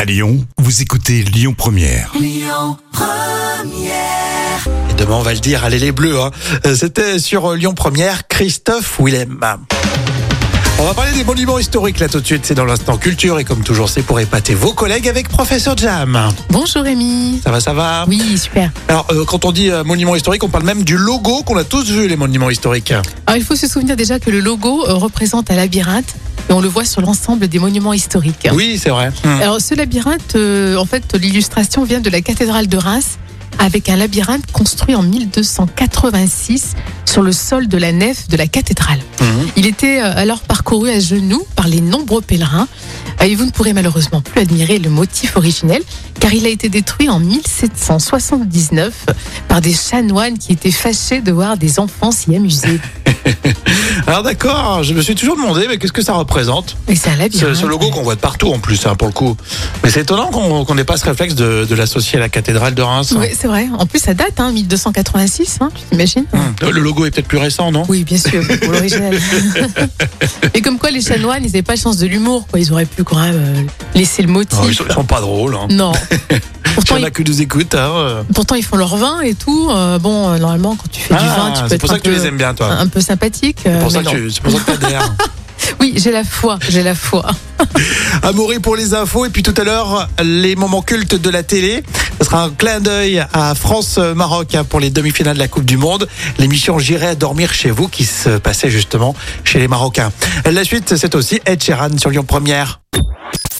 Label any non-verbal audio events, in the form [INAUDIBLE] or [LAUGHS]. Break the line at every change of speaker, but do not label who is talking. À Lyon, vous écoutez Lyon Première.
Et demain, on va le dire, allez les Bleus. hein. Euh, C'était sur euh, Lyon Première, Christophe Willem. On va parler des monuments historiques là tout de suite. C'est dans l'instant culture et comme toujours, c'est pour épater vos collègues avec Professeur Jam.
Bonjour Rémi.
Ça va, ça va.
Oui, super.
Alors, euh, quand on dit euh, monument historique, on parle même du logo qu'on a tous vu, les monuments historiques.
Alors il faut se souvenir déjà que le logo euh, représente un labyrinthe et on le voit sur l'ensemble des monuments historiques.
Oui, c'est vrai. Hmm.
Alors ce labyrinthe, euh, en fait, l'illustration vient de la cathédrale de Reims avec un labyrinthe construit en 1286 sur le sol de la nef de la cathédrale.
Mhm.
Il était euh, alors parcouru à genoux par les nombreux pèlerins. Euh, Et vous ne pourrez malheureusement plus admirer le motif originel, car il a été détruit en 1779 par des chanoines qui étaient fâchés de voir des enfants s'y amuser.
Alors d'accord, je me suis toujours demandé, mais qu'est-ce que ça représente [LAUGHS]
Et c'est un
ce,
labyrinthe.
ce logo qu'on voit de partout en plus, hein, pour le coup. Mais c'est étonnant qu'on qu'on n'ait pas ce réflexe de, de l'associer à la cathédrale de Reims. hein.
Oui, c'est vrai. En plus, ça date, hein, 1286, hein, tu t'imagines
Hmm. Le logo est peut-être plus récent, non
Oui, bien sûr, pour [LAUGHS] l'original. Et comme quoi, les chanoines, ils n'avaient pas le sens de l'humour. quoi. Ils auraient pu quand même euh, laisser le motif.
Non, ils sont, Ah ils sont pas drôles. Hein. [LAUGHS]
Non. Pourtant
Il y en
ils,
a qui nous écoutent. hein, euh.
pourtant, ils font leur vin et tout. Euh, bon, euh, normalement, quand tu fais du vin,
Ah,
tu peux
c'est
être
pour
un,
ça que
peu,
tu les aimes bien, toi.
un peu sympathique. euh,
C'est pour, ça
mais
que
non.
tu- c'est pour ça que t'adhères.
Oui, j'ai la foi, j'ai la foi.
[LAUGHS] Amaury pour les infos. Et puis tout à l'heure, les moments cultes de la télé. Ce sera un clin d'œil à France-Maroc hein, pour les demi-finales de la Coupe du Monde. L'émission J'irai dormir chez vous qui se passait justement chez les Marocains. La suite, c'est aussi Ed Sheeran sur Lyon Première.